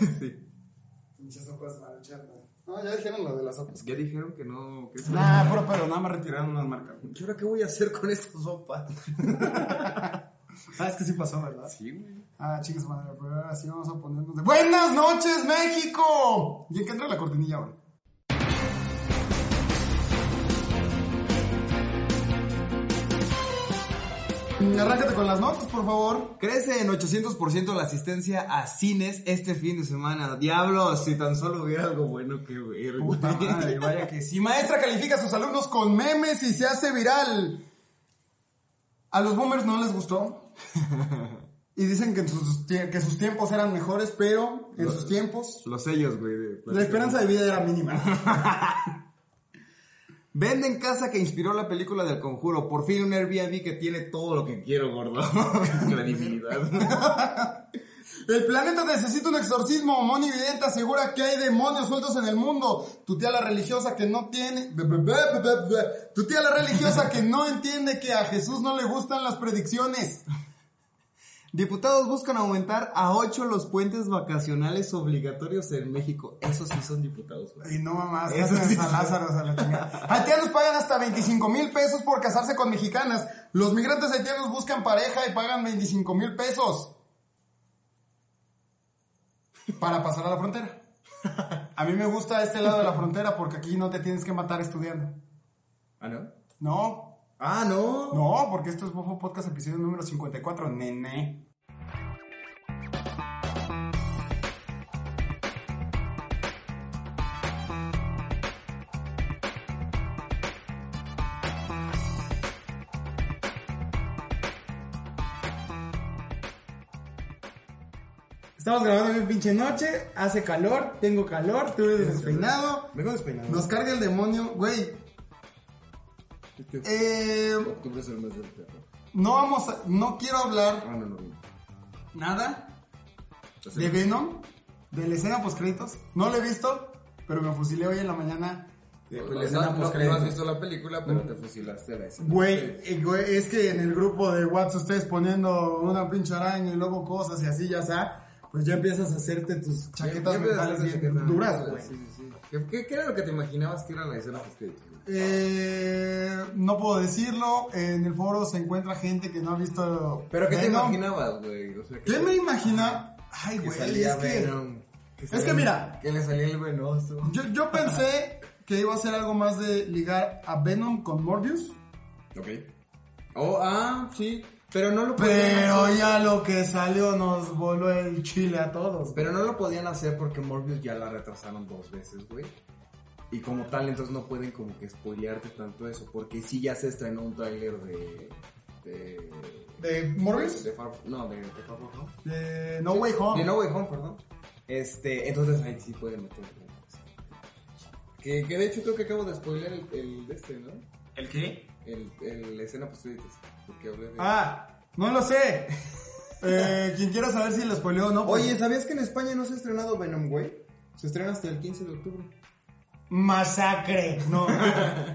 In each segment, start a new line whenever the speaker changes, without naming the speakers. Sí.
Pinches sopas maruchan, güey. No, ya dijeron lo de las sopas.
Ya dijeron que no. Que es-
Nah, puro pero nada más retiraron unas marcas.
¿Y ahora qué voy a hacer con esta sopa?
Ah, es que sí pasó, ¿verdad?
Sí, güey.
Ah, chicas, madre, pero ahora sí vamos a ponernos de... ¡Buenas noches, México! ¿Y en qué entra la cortinilla ahora? Mm, Arráncate con las notas, por favor.
Crece en 800% la asistencia a cines este fin de semana. Diablos, si tan solo hubiera algo bueno que ver. güey.
Puta madre, vaya que sí. Maestra califica a sus alumnos con memes y se hace viral. A los boomers no les gustó. Y dicen que, en sus, tie- que sus tiempos eran mejores, pero en sus tiempos
Los sellos, güey. de-
la esperanza de vida era mínima.
Venden casa que inspiró la película del conjuro. Por fin un Airbnb que tiene todo lo que quiero, gordo. la divinidad.
El planeta necesita un exorcismo. Moni Vidente asegura que hay demonios sueltos en el mundo. Tu tía la religiosa que no tiene... be- be- be- be- be- Tu tía la religiosa que no entiende que a Jesús no le gustan las predicciones.
Diputados buscan aumentar a 8 los puentes vacacionales obligatorios en México. Esos sí son diputados, güey.
Y no mamás,
Eso
casan
sí.
a Lázaro, o sea, la chingada. Haitianos pagan hasta 25 mil pesos por casarse con mexicanas. Los migrantes haitianos buscan pareja y pagan 25 mil pesos. Para pasar a la frontera. A mí me gusta este lado de la frontera porque aquí no te tienes que matar estudiando.
¿Ah, no?
No,
Ah, no.
no, porque esto es Bofo Podcast, episodio número 54, nene. Estamos grabando bien pinche noche, hace calor, tengo calor, tú eres despeinado,
Vengo despeinado.
nos carga el demonio, güey. Eh,
Octubre es el mes del perro.
No vamos a, no quiero hablar
Ah, no, no. no.
nada
Entonces,
de Venom, de la escena post créditos. No lo he visto, pero me fusilé hoy en la mañana de
pues,
la
no-
escena
no-
post
no has
créditos.
visto la película, pero te fusilaste la escena.
Güey, eh, güey, es que en el grupo de WhatsApp ustedes poniendo una pinche araña y luego cosas y así ya sea, pues ya empiezas a hacerte tus chaquetas
Siempre
mentales
haces
bien
chaquetas
duras,
mentales,
güey.
Sí, sí, sí. ¿Qué, qué, qué era lo que te imaginabas que era la escena post
Eh, no puedo decirlo, en el foro se encuentra gente que no ha visto
Pero ¿qué te
Venom.
imaginabas, güey? O sea, que-
¿Qué me imagina? Ay,
que
güey,
salía
es que...
Venom,
es
salía-
que mira.
Que le salía el venoso.
Yo, yo pensé que iba a ser algo más de ligar a Venom con Morbius.
Ok. Oh, ah, sí. Pero no lo podían
Pero
hacer.
ya lo que salió nos voló el chile a todos.
Pero no lo podían hacer porque Morbius ya la retrasaron dos veces, güey. Y como tal, entonces no pueden como que spoilearte tanto eso. Porque sí ya se estrenó un tráiler de... De...
¿De Morbius?
de Far- no, de, de Far From Home.
De No Way Home.
De No Way Home, perdón. Este, entonces ahí sí pueden meter. una cosa. Que, que de hecho creo que acabo de spoiler el, el de este, ¿no?
¿El qué?
El, el la escena post Porque hablé de...
Ah, no lo sé. eh, quien quiera saber si lo spoileó o no. pues,
Oye, ¿sabías que en España no se ha estrenado Venom, güey? Se estrena hasta el 15 de octubre.
Masacre. No,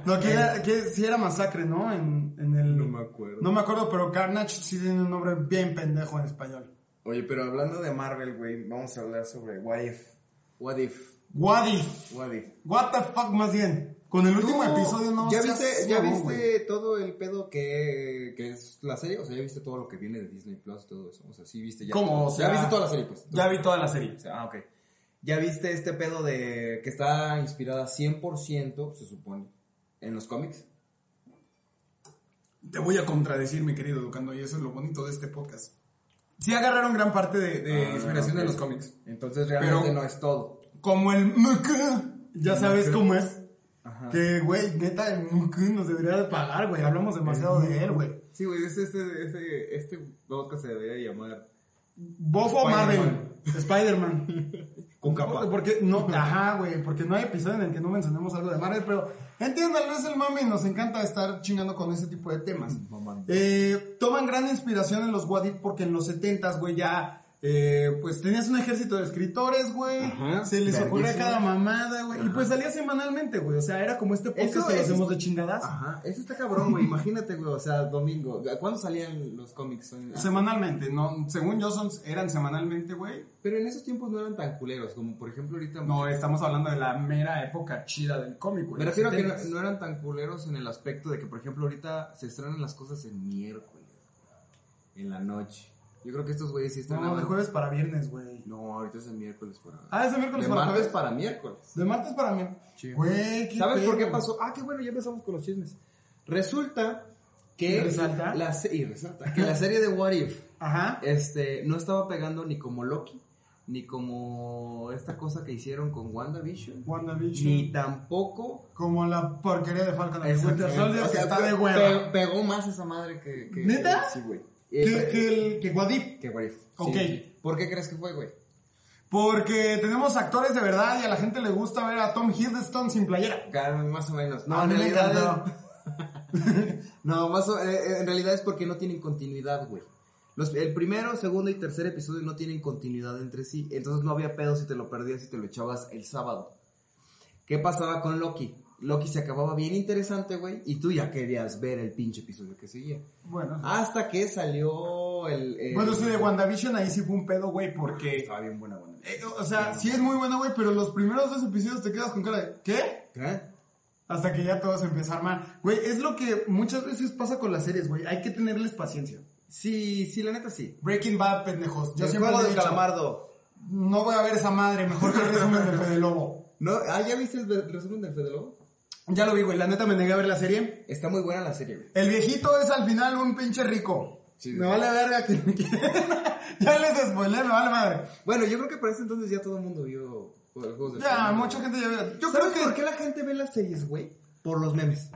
no que, era, que sí era masacre, ¿no? En, en el...
acuerdo.
No me acuerdo, pero Carnage sí tiene un nombre bien pendejo en español.
Oye, pero hablando de Marvel, güey, vamos a hablar sobre What If. What If.
What if?
What If.
What the fuck más bien. Con el último episodio no
¿Ya
seas
viste, ya
mamón, güey.
viste todo el pedo que, que es la serie? O sea, ¿ya viste todo lo que viene de Disney Plus y todo eso? O sea, sí viste ya.
¿Cómo? O sea,
ya viste toda la serie, pues.
Ya vi toda la serie.
O sea, ah, ok. ¿Ya viste este pedo de que está inspirada 100%, se supone, en los cómics?
Te voy a contradecir, mi querido Educando, y eso es lo bonito de este podcast. Sí agarraron gran parte de, de
Ah,
Eh, inspiración
ok.
de los cómics.
Entonces realmente
Pero-
no es todo.
Como el MK. Ya sabes
MK.
cómo es.
Ajá.
Que, güey, neta, el MK nos debería de pagar, güey. Hablamos demasiado de él, güey.
Sí, güey, este, este, este, este podcast se debería llamar
Bofo
Spider-Man.
Marvel. Spider-Man.
Con capa.
Porque no, ajá, güey, porque no hay episodio en el que no mencionemos algo de Marvel, pero entiéndanlo, es el mami, nos encanta estar chingando con ese tipo de temas.
Mamando.
Eh, toman gran inspiración en los Wadid porque en los 70s, güey, ya eh, pues tenías un ejército de escritores, güey.
Ajá,
Se les ocurría
verguísima.
cada mamada, güey. Y pues salía semanalmente, güey. O sea, era como este podcast
Eso
que lo
es-
hacemos de chingadas.
Ajá, eso está cabrón, güey. Imagínate, güey, o sea, domingo. ¿Cuándo salían los cómics? Son-
Semanalmente, no, según yo son, eran semanalmente, güey.
Pero en esos tiempos no eran tan culeros, como por ejemplo ahorita.
No, estamos hablando de la mera época chida del cómic, güey.
Me refiero a que no,
70s.
no eran tan culeros en el aspecto de que, por ejemplo, ahorita se estrenan las cosas en miércoles, en la noche. Yo creo que estos güeyes sí estrenan.
No, de jueves para viernes, güey.
No, ahorita es el miércoles para.
Ah, es de miércoles
de
para
martes
jueves.
para miércoles.
De martes para mí.
Sí.
Güey, qué
¿Sabes
pedo.
por qué pasó? Ah, qué bueno, ya empezamos con los chismes. Resulta que.
¿Y resalta?
La, se- y resalta que la serie de What If
Ajá.
este, no estaba pegando ni como Loki, ni como esta cosa que hicieron con WandaVision,
WandaVision.
ni tampoco
Como la porquería de Falcon and the Winter
Exactamente.
Soldier,
O
que
sea,
está
pe-
de hueva.
pe- pegó más esa madre que. que-
¿Neta?
Sí, güey.
Que,
Esa-
que el, que Guadip.
que what if. Sí,
Ok.
sí. ¿Por qué crees que fue, güey?
Porque tenemos actores de verdad y a la gente le gusta ver a Tom Hiddleston sin playera.
Cada- Más o menos. No,
A
en
mí me
realidad.
encantó.
es- no, más o- eh, eh, en realidad es porque no tienen continuidad, güey. Los- el primero, segundo y tercer episodio no tienen continuidad entre sí. Entonces no había pedo si te lo perdías y te lo echabas el sábado. ¿Qué pasaba con Loki? Loki se acababa bien interesante, güey. Y tú ya querías ver el pinche episodio que seguía.
Bueno,
Hasta que salió el. el-
bueno, sí, de WandaVision ahí sí fue un pedo, güey, porque...
eh, Estaba bien buena, buena.
eh, o sea, sí es muy bueno, güey, pero los primeros dos episodios te quedas con cara de... ¿Qué?
¿Qué?
Hasta que ya todo se empieza a armar. Güey, es lo que muchas veces pasa con las series, güey. Hay que tenerles paciencia.
Sí, sí, la neta sí.
Breaking Bad, pendejos. Yo
El
siempre
juego
lo he
del
dicho,
calamardo.
No voy a ver esa madre, mejor que el resumen de Fede Lobo.
No, ah, ¿ya viste el ve- resumen del Fede Lobo?
Ya lo vi, güey. La neta me negué a ver la serie.
Está muy buena la serie, güey.
El viejito es al final un pinche rico.
Sí,
me
sí.
vale verga que me quieran. ya les spoilé, me vale madre.
Bueno, yo creo que para ese entonces ya todo el mundo vio los juegos del
Ya,
Calamardo.
mucha gente ya ve. Yo creo
¿Sabes
que.
por qué la gente ve las series, güey? Por los memes.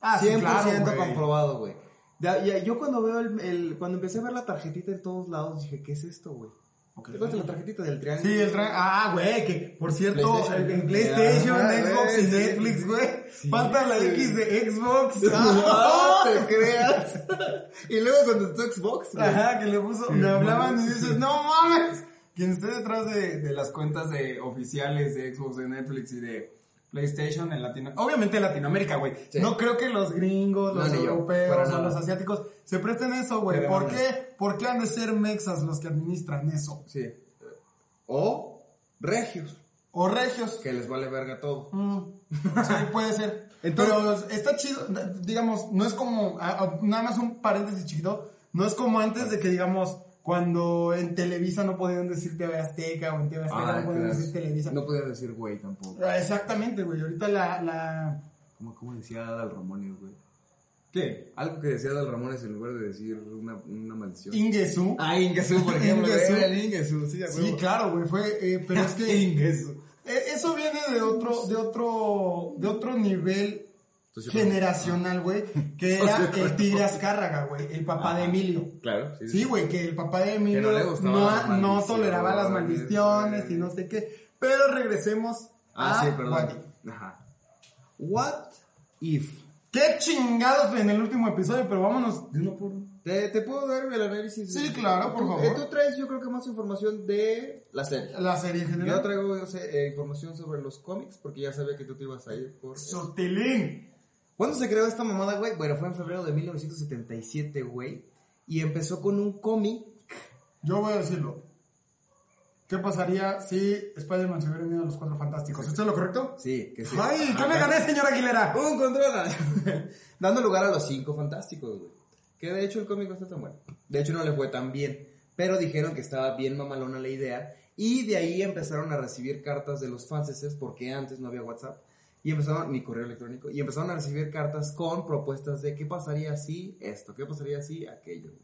Ah, sí,
100%
claro, güey.
comprobado, güey. Ya- ya, yo cuando veo el, el- Cuando empecé a ver la tarjetita en todos lados, dije, ¿qué es esto, güey?
Ok.
¿Te acuerdas de la tarjetita del triángulo?
Sí, el tra- Ah, güey, que por cierto,
PlayStation.
en PlayStation,
Ajá,
Xbox
güey,
y
sí,
Netflix,
sí,
güey.
sí.
Falta la X de Xbox.
No te creas. y luego contestó Xbox, güey.
Ajá, que le puso, me hablaban y dices, no mames. Quien esté detrás de, de las cuentas de oficiales de Xbox, de Netflix y de PlayStation en Latino, obviamente en Latinoamérica, güey.
Sí.
No creo que los gringos, los
No, ni yo, para
europeos o
nada.
los asiáticos se presten eso, güey.
Pero
¿Por
no,
qué? ¿Por qué han de ser mexas los que administran eso?
Sí. O regios,
O regios.
que les vale verga todo.
Mm, sí, puede ser.
Entonces-
Pero está chido, digamos, no es como, a- a- nada más un paréntesis chiquito, no es como antes de que, digamos, cuando en Televisa no podían decir TV Azteca o en TV Azteca no podían
Ah, claro.
decir Televisa.
No podía decir güey tampoco.
Ah, Exactamente, güey, ahorita la... la...
Como, como decía Dal Ramones, güey.
¿Qué?
Algo que decía Dal Ramones en lugar de decir una, una maldición.
Ingesu.
ah, Ingesu, por ejemplo.
Ingesu.
Era el Ingesu, sí, a huevo.
Sí, claro, güey, fue, eh, pero es que...
Ingesu.
Eh, Eso viene de otro, de otro, de otro nivel
Socioeconómico.
generacional, güey, que era el Tigre Azcárraga, güey, el papá
Ah,
de Emilio.
Claro, sí.
Sí, güey, que el papá de Emilio
Que no le
no,
gustaban las
no
maldiciones,
toleraba las maldiciones y no sé qué. Pero regresemos
Ah,
a
sí, perdón.
Wadi.
Ajá. What if?
Qué chingados en el último episodio, pero vámonos de uno por uno.
¿Te, te puedo dar el análisis?
Sí, claro, por
Tú-
favor.
eh, Tú traes, yo creo que más información de la serie.
La serie en
Yo
general.
traigo yo sé, eh, información sobre los cómics porque ya sabía que tú te ibas a ir por...
Sotilín.
¿Cuándo se creó esta mamada, güey? Bueno, fue en febrero de 1977, güey. Y empezó con un cómic.
Yo voy a decirlo. ¿Qué pasaría si Spider-Man se hubiera unido a los cuatro fantásticos? ¿Esto es lo correcto?
Sí, que sí. Uh,
¡Ay! ¿Qué me gané, señora Aguilera?
Un control. Dando lugar a los cinco fantásticos, güey. Que de hecho el cómic no está tan bueno. De hecho no le fue tan bien. Pero dijeron que estaba bien mamalona la idea. Y de ahí empezaron a recibir cartas de los fanses porque antes no había WhatsApp. Y empezaron, ni correo electrónico, y empezaron a recibir cartas con propuestas de qué pasaría si esto, qué pasaría si aquello, güey.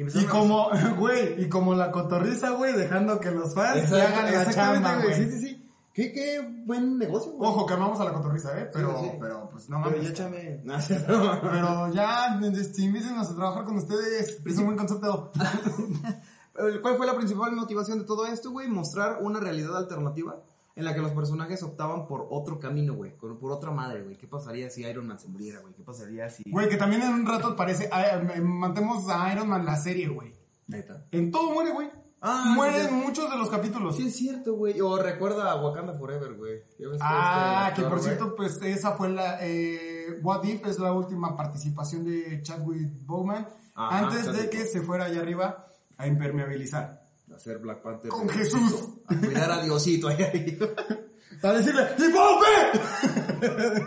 Y
empezaron a-
como, güey, y como la cotorriza, güey, dejando que los fans le
Exacto,
hagan la
exactamente,
chamba, güey.
Sí, sí, sí. Qué, qué buen negocio, güey.
Ojo, que amamos a la cotorriza, ¿eh? Pero,
Sí, sí.
pero pues no
Pero
mames.
ya échame.
Pero ya, este, invítenos a trabajar con ustedes. Es un buen concepto.
eh, ¿Cuál fue la principal motivación de todo esto, güey? Mostrar una realidad alternativa en la que los personajes optaban por otro camino, güey. con- Por otra madre, güey. ¿Qué pasaría si Iron Man se muriera, güey? ¿Qué pasaría si...
Güey, que también en un rato parece. ah, eh, Mantemos a Iron Man la serie, güey.
Neta.
En todo muere, güey.
Ah,
Mueren
sí, sí.
muchos de los capítulos.
Sí, es cierto, güey. O recuerda a Wakanda Forever, güey. Ya ves que
Ah,
este
que
actor,
por
güey,
cierto, pues esa fue la. Eh, What If es la última participación de Chadwick Bowman
Ajá,
antes de
Chadwick.
que se fuera allá arriba a impermeabilizar.
Hacer Black Panther.
Con Jesús.
A cuidar a Diosito ahí arriba.
Para decirle, ¡Hipópe!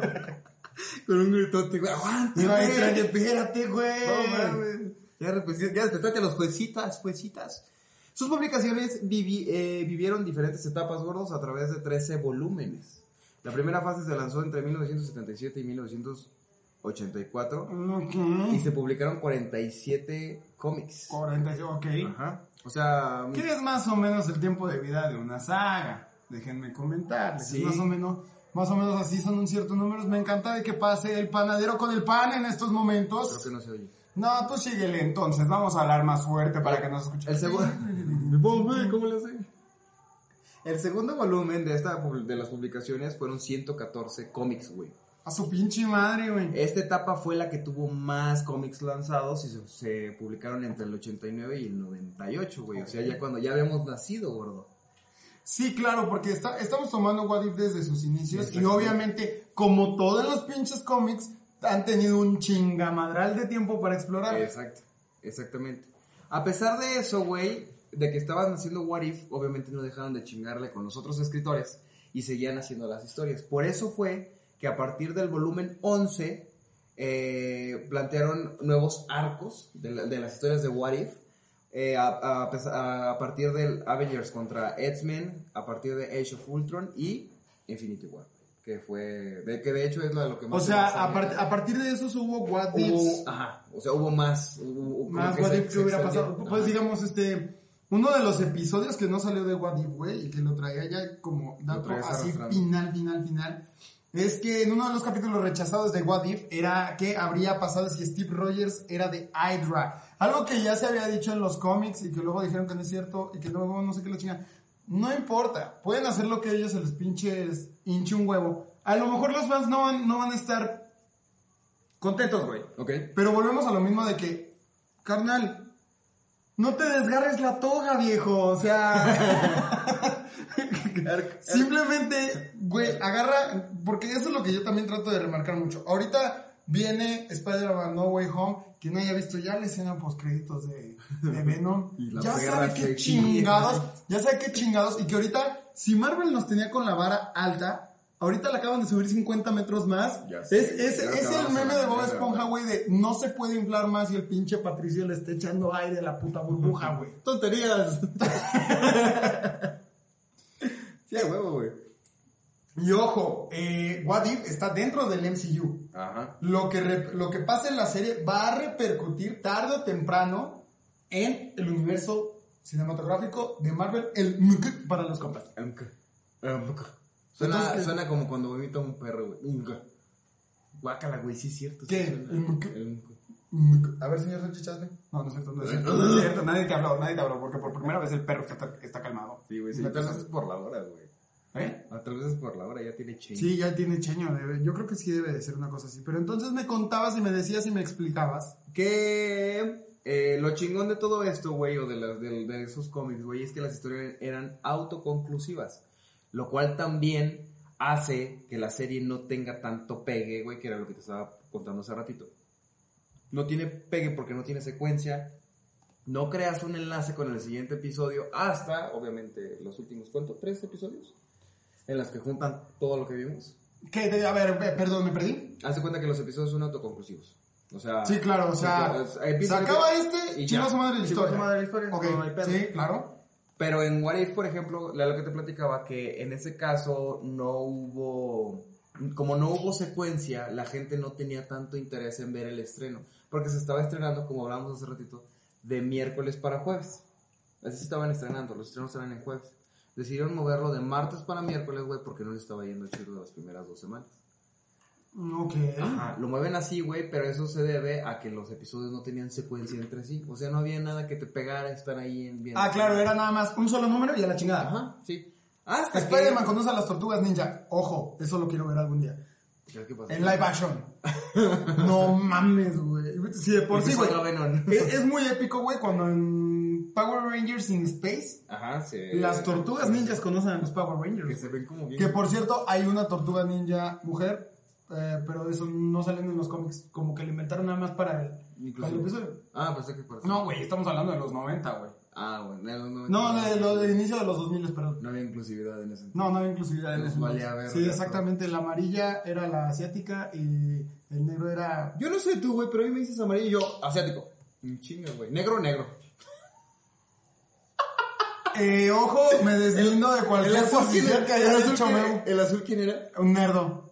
Con un gritote, güey. Aguanta,
Y va a
güey.
entrar, espérate, güey.
No, mames. Ya, pues, ya despertate a los juecitas, juecitas. Sus publicaciones vivi- eh, vivieron diferentes etapas gordos a través de 13 volúmenes. La primera fase se lanzó entre 1977 y 1984 y
Ok.
se publicaron 47 cómics.
40, ok.
Ajá. O sea,
¿Qué es más o menos el tiempo de vida de una saga? Déjenme comentarles.
Sí.
Es más o menos, más o menos así son un cierto números. Me encanta de que pase el panadero con el pan en estos
creo
momentos.
que no se oye.
No, tú síguele entonces. Vamos a hablar más fuerte para que nos escuchen.
El segundo. ¿Cómo le hace? El segundo volumen de, esta, pub- de las publicaciones fueron 114 cómics, güey.
A su pinche madre, güey.
Esta etapa fue la que tuvo más cómics lanzados y se, se publicaron entre el 89 y el 98, güey. O sea, ya cuando ya habíamos nacido, gordo.
Sí, claro, porque está- estamos tomando What If desde sus inicios y
Exacto.
obviamente, como todos los pinches cómics, han tenido un chingamadral de tiempo para explorar.
Exacto, exactamente. A pesar de eso, güey, de que estaban haciendo What If, obviamente no dejaron de chingarle con los otros escritores y seguían haciendo las historias. Por eso fue que a partir del volumen 11 eh, plantearon nuevos arcos de, la- de las historias de What If. eh, a, a pesa- a- a partir del Avengers contra X-Men, a partir de Age of Ultron y Infinity War, que fue, de, que de hecho es lo de lo que
O
más...
sea,
se
a,
basaba.
part- a partir de eso hubo What Ifs.
Hubo, ajá, o sea, hubo más. hubo- como
Más
que
What
se-
If que
se
hubiera
extendió.
pasado.
Ajá.
Pues digamos, este. Uno de los episodios que no salió de What If, güey, y que lo traía ya como dato
traías
así
arrastrando.
final, final, final. Es que en uno de los capítulos rechazados de What If era qué habría pasado si Steve Rogers era de Hydra. Algo que ya se había dicho en los cómics y que luego dijeron que no es cierto y que luego no sé qué lo chingan. No importa, pueden hacer lo que ellos se les pinches hinche un huevo. A lo mejor los fans no van, no van a estar contentos, güey.
Ok.
Pero volvemos a lo mismo de que, carnal, no te desgarres la toga, viejo. O sea, simplemente, güey, agarra, porque eso es lo que yo también trato de remarcar mucho. Ahorita viene Spider-Man No Way Home. Quien no haya visto ya la escena post créditos de, de Venom,
Y la
ya
perra
sabe qué
que-
chingados, ya sabe qué chingados. Y que ahorita, si Marvel nos tenía con la vara alta, ahorita la acaban de subir 50 metros más.
Ya
es
sé,
es,
ya lo
es el
acabamos
meme
de
de Bob
ver,
Esponja, güey, de no se puede inflar más y el pinche Patricio le está echando aire a la puta burbuja, güey.
Tonterías. sí, a huevo, güey.
Y ojo, eh, What If está dentro del MCU.
Ajá.
Lo que, re- lo que pasa en la serie va a repercutir tarde o temprano en el universo cinematográfico de Marvel, el MCU para los compas.
Amca. Amca. Suena,
Entonces, ¿qué?
suena como cuando vomita un perro, güey. Amca. Guácala, güey, sí es cierto. sí
¿Qué?
suena.
Amca.
Amca.
A ver, señor Sánchez Chasme. No, no es cierto, no es cierto. No es cierto, nadie te habló, nadie te habló, porque por primera vez el perro está, está calmado.
Sí, güey, sí. pues,
Entonces,
Tal vez es por la hora, güey.
¿Eh?
A tal vez es por la hora, ya tiene change.
Sí, ya tiene cheño. debe- Yo creo que sí debe de ser una cosa así. Pero entonces me contabas y me decías y me explicabas.
Que eh, lo chingón de todo esto, güey, o de, las- de- de esos cómics, güey, es que las historias eran autoconclusivas. Lo cual también hace que la serie no tenga tanto pegue, güey, que era lo que te estaba contando hace ratito. No tiene pegue porque no tiene secuencia. No creas un enlace con el siguiente episodio hasta, obviamente, los últimos, ¿cuánto? ¿Tres episodios? En las que juntan todo lo que vimos.
¿Qué? De- A ver, eh, perdón, me perdí.
Haz de cuenta que los episodios son autoconclusivos. O sea,
Sí, claro, o sea,
es-
se
empieza el
acaba
episodio-
este
y
y
ya.
chinga su madre la
Chinga
historia.
su madre la historia,
Ok,
no hay pedo.
sí, claro.
Pero en What If, por ejemplo, la- lo que te platicaba, que en ese caso no hubo, como no hubo secuencia, la gente no tenía tanto interés en ver el estreno, porque se estaba estrenando, como hablábamos hace ratito, de miércoles para jueves. Así se estaban estrenando, los estrenos eran en jueves. Decidieron moverlo de martes para miércoles, güey, porque no le estaba yendo chido de las primeras dos semanas.
Ok.
Ajá,
Mm.
lo mueven así, güey, pero eso se debe a que los episodios no tenían secuencia entre sí. O sea, no había nada que te pegara estar ahí en bien.
Ah, claro, era nada más un solo número y a la chingada.
Ajá, sí. Ah, Hasta
Spider-Man conoce a las tortugas ninja. Ojo, eso lo quiero ver algún día.
que... Creo que pasó.
En live action. No mames, güey. Si de por sí, güey.
Otro Venom.
Es, es muy épico, güey, cuando en Power Rangers in Space,
Ajá, Eh, sí.
las tortugas ninjas conocen a los Power
Que
Rangers.
se ven como bien.
Que por cierto, hay una tortuga ninja mujer, eh, pero eso no salen en los cómics. Como que lo inventaron nada más para el, para el
Inclusive.
episodio.
Ah, pensé que por
No, güey, estamos hablando de los 90, güey.
Ah, bueno. No, no,
No, de, lo del inicio de los 2000, perdón.
No había inclusividad en ese
No, no había inclusividad en
Nos
ese
valía
entonces.
verga
Sí, exactamente. La amarilla era la asiática y el negro era.
Yo no sé tú, güey, pero a mí me dices amarillo y yo, asiático. Un chingo, güey. Negro, negro.
Eh, ojo, me deslindo de cualquier posición que haya dicho Memo.
¿El azul quién era?
Un nerdo.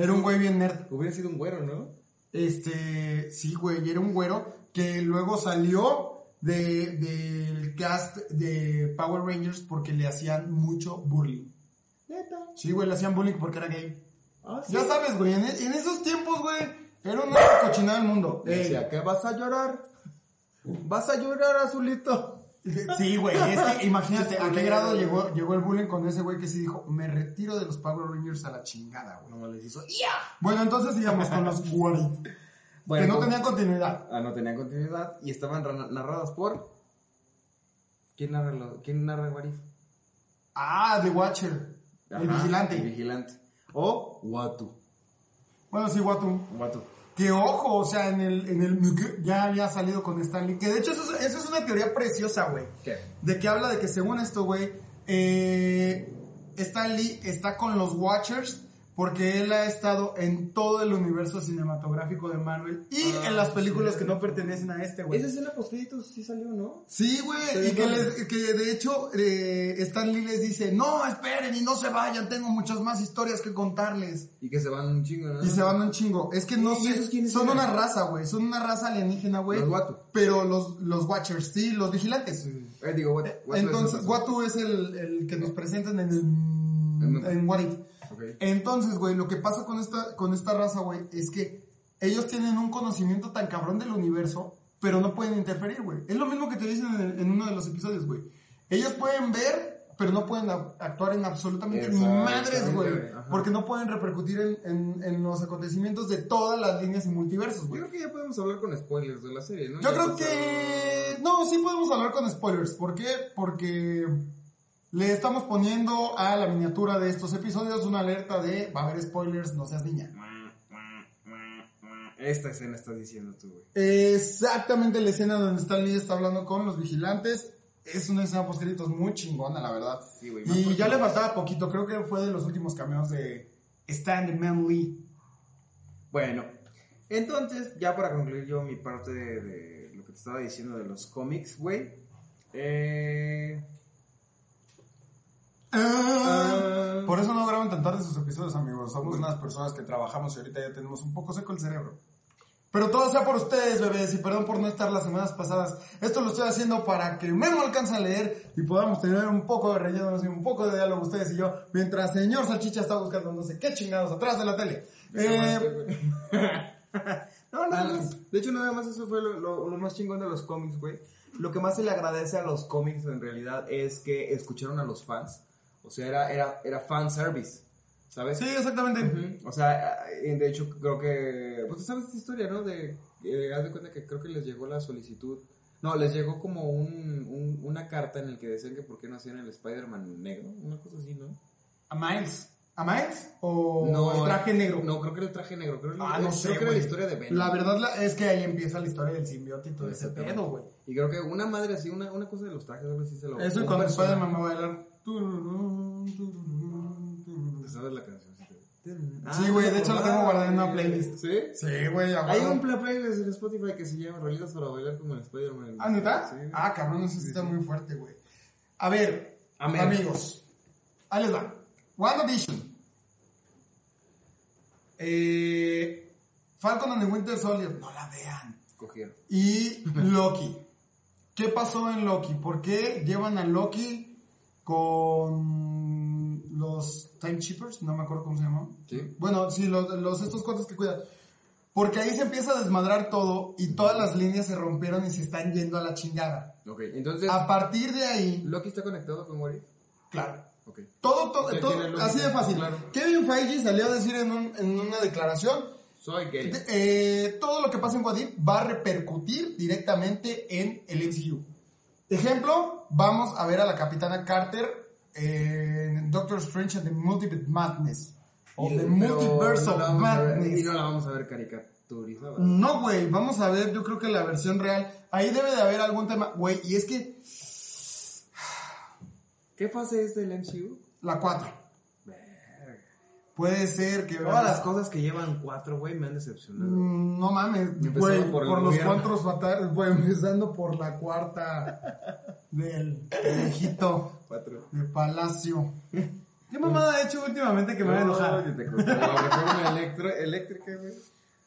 Era un güey bien nerd.
Hubiera sido un güero, ¿no?
Este, sí, güey, era un güero que luego salió de, del cast de Power Rangers porque le hacían mucho bullying.
Neta.
Sí, güey, le hacían bullying porque era gay.
Ah, sí.
Ya sabes, güey, en, en esos tiempos, güey, era una cochinada del mundo. Eh, Ey,
Decía, ¿qué vas a llorar? ¿Vas a llorar, azulito?
Sí, güey, es que imagínate a qué grado llegó, llegó el bullying con ese güey que sí dijo, me retiro de los Power Rangers a la chingada, güey.
No les hizo.
Bueno, entonces sigamos con los Warriors, que
pues-
no tenían continuidad.
Ah, no tenían continuidad y estaban ra- narradas por. ¿Quién narra, lo- ¿Quién narra Warif?
Ah, The Watcher, el vigilante.
El vigilante. O Watu.
Bueno, sí, Watu.
Watu.
Que ojo, o sea, en el, en el ya había salido con Stanley. Que de hecho eso es, eso es una teoría preciosa, güey.
¿Qué?
De que habla de que según esto, güey, eh, Stan Lee está con los Watchers porque él ha estado en todo el universo cinematográfico de Marvel y
Ah,
en las películas
sí.
que no pertenecen a este, güey.
Esa escena post créditos sí salió, ¿no?
Sí, güey,
Sí,
y que,
no.
les- que de hecho eh, Stan Lee les dice, no, esperen y no se vayan, tengo muchas más historias que contarles.
Y que se van un chingo, ¿no?
Y se van un chingo. Es que no
¿Y
sé,
esos quiénes
son
eran?
una raza, güey, son una raza alienígena, güey.
Los Watu.
Pero los, los Watchers, sí, los vigilantes.
Eh, digo, Watu. Watu
Entonces,
es-
Watu es el, el que nos presentan en, el, en What If.
Ok.
Entonces, güey, lo que pasa con esta, con esta raza, güey, es que ellos tienen un conocimiento tan cabrón del universo, pero no pueden interferir, güey. Es lo mismo que te dicen en, el- en uno de los episodios, güey. Ellos pueden ver, pero no pueden a- actuar en absolutamente ni madres, güey.
Exactamente, ajá.
Porque no pueden repercutir en, en- en los acontecimientos de todas las líneas y multiversos,
Yo
güey.
creo que ya podemos hablar con spoilers de la serie, ¿no?
Yo
Ya
creo
pasaron- eh,
que... No, sí podemos hablar con spoilers. ¿Por qué? Porque le estamos poniendo a la miniatura de estos episodios una alerta de va a haber spoilers, no seas niña.
Esta escena estás diciendo tú, güey.
Exactamente la escena donde Stan Lee está hablando con los vigilantes. Es una escena post muy chingona, la verdad.
Sí, güey, más
y
porque-
ya le faltaba poquito, creo que fue de los últimos cameos de Stan y Man Lee.
Bueno, entonces, ya para concluir yo mi parte de, de lo que te estaba diciendo de los cómics, güey. Eh,
Ah.
Ah.
Por eso no graban tan tarde sus episodios, amigos. Somos unas personas que trabajamos y ahorita ya tenemos un poco seco el cerebro. Pero todo sea por ustedes, bebés, y perdón por no estar las semanas pasadas. Esto lo estoy haciendo para que Memo alcance a leer y podamos tener un poco de relleno y un poco de diálogo ustedes y yo, mientras señor Salchicha está buscando no sé qué chingados atrás de la tele. Eh,
pues. no, nada más. De hecho, nada más eso fue lo, lo- lo más chingón de los cómics, güey. Lo que más se le agradece a los cómics en realidad es que escucharon a los fans. O sea, era, era, era fan service, ¿sabes?
sí, exactamente.
O sea, eh, de hecho creo que... Pues tú sabes esta historia, ¿no? De... eh, haz de cuenta que creo que les llegó la solicitud. No, les llegó como un, un- una carta en el que decían que por qué no hacían el Spider-Man negro. Una cosa así, ¿no?
¿A Miles? ¿A Miles? ¿O
no, eh,
el traje negro?
No, creo que era el traje negro. Creo, que-
Ah, no sé,
creo que era
güey.
la historia de Ben.
La verdad la- es que ahí empieza la historia del simbionte y todo ese
Exactamente.
pedo, güey.
Y creo que una madre así, una, una cosa de los trajes, algo así se lo...
Eso y
un
cuando
personaje-
Spider-Man va a bailar. Tururún, tururún, tururún.
¿Te sabes la canción?
Sí, güey, de hecho la tengo guardada en una
Ah,
playlist.
¿Sí?
Sí, güey, a
Hay
huevo.
un play- playlist en Spotify que se llama Realitas para bailar como el Spider-Man.
¿Ah, neta?
Sí.
Ah, cabrón, eso sí está muy fuerte, güey. A ver,
A ver.
amigos. Ahí les va. WandaVision. Eh, Falcon and the Winter Soldier. No la vean.
Cogieron.
y Loki. ¿Qué pasó en Loki? ¿Por qué llevan a Loki con los los Time Cheapers, no me acuerdo cómo se llaman.
Sí.
Bueno, sí, los, los- estos cuates que cuidan. Porque ahí se empieza a desmadrar todo y todas las líneas se rompieron y se están yendo a la chingada.
Ok, entonces,
A partir de ahí,
Loki está conectado con What If.
claro,
Ok.
todo, todo,
Sí,
todo-
tiene lógica,
así de fácil.
claro.
Kevin Feige salió a decir en, un- en una declaración,
Soy gay.
de- eh, todo lo que pasa en Guadip va a repercutir directamente en el MCU. Ejemplo, vamos a ver a la Capitana Carter en Doctor Strange and the Multiverse Madness. O
Y-
The
pero
Multiverse
no
of
la vamos a ver-
Madness.
Y no la vamos a ver caricaturizada.
No, güey, vamos a ver, yo creo que la versión real. Ahí debe de haber algún tema, güey, y es que
¿Qué fase es del MCU?
la 4. Puede ser que
Todas las cosas que llevan cuatro, güey, me han decepcionado.
Mm, No mames,
Empezando
güey,
por
por,
el
los
gobierno.
cuantos fatales, güey, empezando por la cuarta del del hijito
Cuatro.
de Palacio. ¿Qué mamada he hecho últimamente que me va a enojar?
La reforma electro- eléctrica, güey.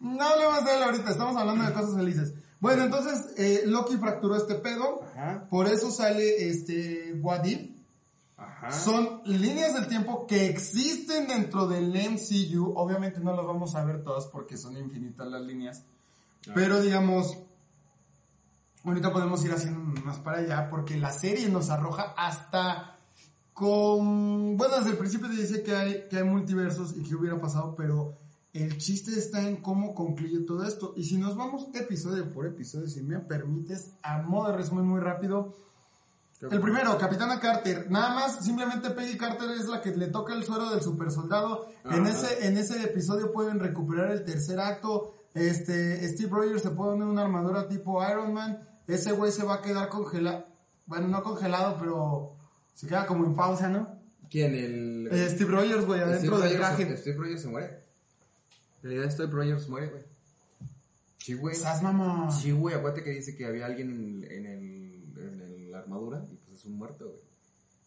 No hablemos de él ahorita, estamos hablando de cosas felices. Bueno, entonces eh, Loki fracturó este pedo,
Ajá.
por eso sale este Wadif.
Ajá.
Son líneas del tiempo que existen dentro del MCU. Obviamente no las vamos a ver todas porque son infinitas las líneas. Pero digamos, ahorita podemos ir haciendo más para allá porque la serie nos arroja hasta con... Bueno, desde el principio te dice que hay, que hay multiversos y que hubiera pasado, pero el chiste está en cómo concluye todo esto. Y si nos vamos episodio por episodio, si me permites, a modo de resumen muy rápido, el primero, Capitana Carter. Nada más, simplemente Peggy Carter es la que le toca el suero del supersoldado. En
Ajá.
ese, en ese episodio pueden recuperar el tercer acto. Este, Steve Rogers se pone una armadura tipo Iron Man. Ese güey se va a quedar congelado. Bueno, no congelado, pero se queda como en pausa, ¿no?
¿Quién? El.
Eh, Steve Rogers, güey, adentro del
Rogers se-
traje.
Steve Rogers se muere. En realidad, Steve Rogers muere, güey. Sí, güey.
Estás mamón.
Sí, güey. Acuérdate que dice que había alguien en, en el, en el- la armadura y pues es un muerto, güey.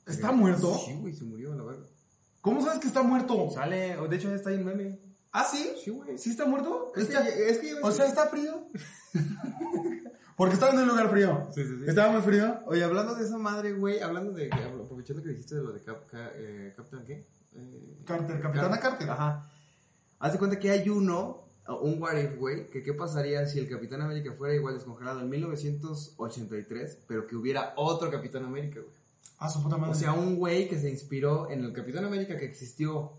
¿Está
Sí,
muerto?
Sí, güey, se murió, a la verga.
¿Cómo sabes que está muerto?
Sale, o de hecho, está ahí un meme.
¿Ah, sí?
Sí, güey.
¿Sí está muerto? Este-
Es que,
Está-
es que yo-
O sea, está frío. Porque estaba en un lugar frío.
Sí, sí, sí.
Estaba muy frío.
Oye, hablando de esa madre, güey, hablando de, aprovechando que dijiste de lo de Cap, Ca- eh, Captain, ¿qué? Eh,
Carter, Capitana
Car-
Carter.
Ajá. Haz de cuenta que hay uno, un what if, güey, que qué pasaría si el Capitán América fuera igual descongelado en 1983, pero que hubiera otro Capitán América, güey.
A Ah, su puta madre.
O sea, un güey que se inspiró en el Capitán América que existió.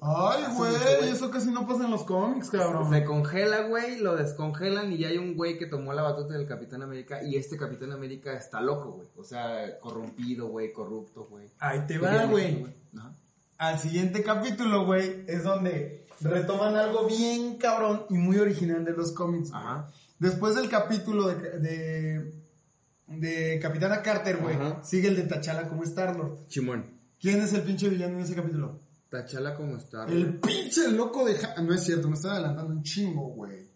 Ay,
hace mucho,
güey,
güey.
eso casi no pasa en los cómics, cabrón.
Se congela, güey, lo descongelan y ya hay un güey que tomó la batuta del Capitán América y este Capitán América está loco, güey. O sea, corrompido, güey, corrupto, güey.
Ahí te
Ya
va,
lo dije,
güey.
Ajá.
Al siguiente capítulo, güey, es donde retoman algo bien cabrón y muy original de los cómics. güey.
Ajá.
Después del capítulo de, de, de Capitana Carter, güey,
Ajá.
sigue el de Tachala como Star-Lord.
Chimón.
¿Quién es el pinche villano en ese capítulo?
Tachala como está.
El pinche loco de... Ja- No es cierto, me estoy adelantando un chingo, güey.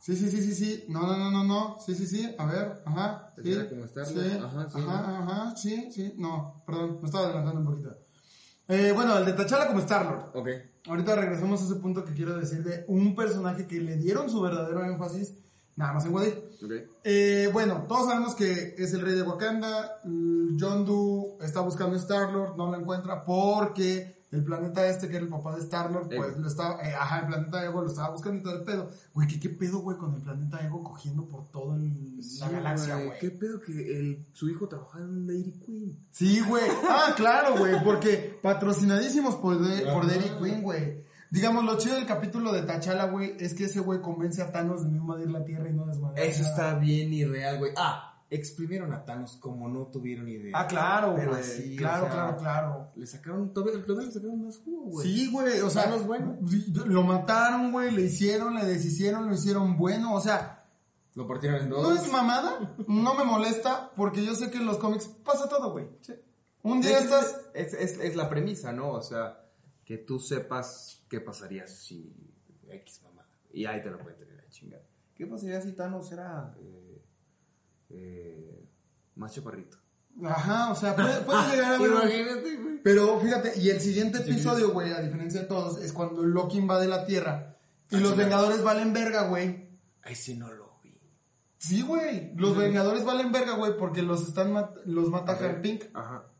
Sí, sí, sí, sí, sí. No, no, no, no, no. Sí, sí, sí. A ver, ajá.
Pues
Sí,
era como estar,
sí,
¿no?
ajá,
Ajá,
sí.
sí.
Ajá, sí, sí. No, perdón, me estaba adelantando un poquito. Eh, bueno, el de Tachala como Star-Lord.
Ok.
Ahorita regresamos a ese punto que quiero decir de un personaje que le dieron su verdadero énfasis, nada más en Wadid.
Ok.
Eh, bueno, todos sabemos que es el rey de Wakanda. mm, John Doe está buscando a Star-Lord, no lo encuentra porque el planeta este, que era el papá de Star-Lord, pues
Ego.
lo estaba. eh, ajá, el planeta Ego lo estaba buscando y todo el pedo. Güey, ¿qué, qué pedo, güey, con el planeta Ego cogiendo por toda la galaxia, güey?
¿Qué pedo que el, su hijo trabaja en un Dairy Queen?
Sí, güey. Ah, claro, güey. Porque patrocinadísimos por, de- por Dairy Queen, güey. Digamos, lo chido del capítulo de T'Challa, güey, es que ese güey convence a Thanos de no invadir la Tierra y no desmadrar.
Eso
nada.
está bien irreal, güey. Ah, exprimieron a Thanos como no tuvieron idea.
Ah, claro,
Pero
güey.
así,
claro,
o sea,
claro, claro.
Le sacaron, todavía, todavía le sacaron más jugo, güey.
Sí, güey, o sea,
Thanos bueno.
sí, lo mataron, güey, le hicieron, le deshicieron, lo hicieron bueno, o sea,
Lo partieron en
no
dos.
es mamada, no me molesta, porque yo sé que en los cómics pasa todo, güey. Un
De
día
hecho,
estás,
Es, es- es la premisa, ¿no? O sea, que tú sepas qué pasaría si X mamá. Y ahí te lo pueden tener la chingada. ¿Qué pasaría si Thanos era eh, eh, más chaparrito?
ajá, o sea, puede, puede llegar a ver.
Imagínate, güey.
Pero fíjate, y el siguiente episodio, güey, a diferencia de todos, es cuando Loki invade la Tierra y
Ah,
los Vengadores valen verga, güey.
Ay, sí, no lo vi.
Sí, güey, los Vengadores valen verga, güey, porque los están mat- los mata Hank Pink.
Ajá.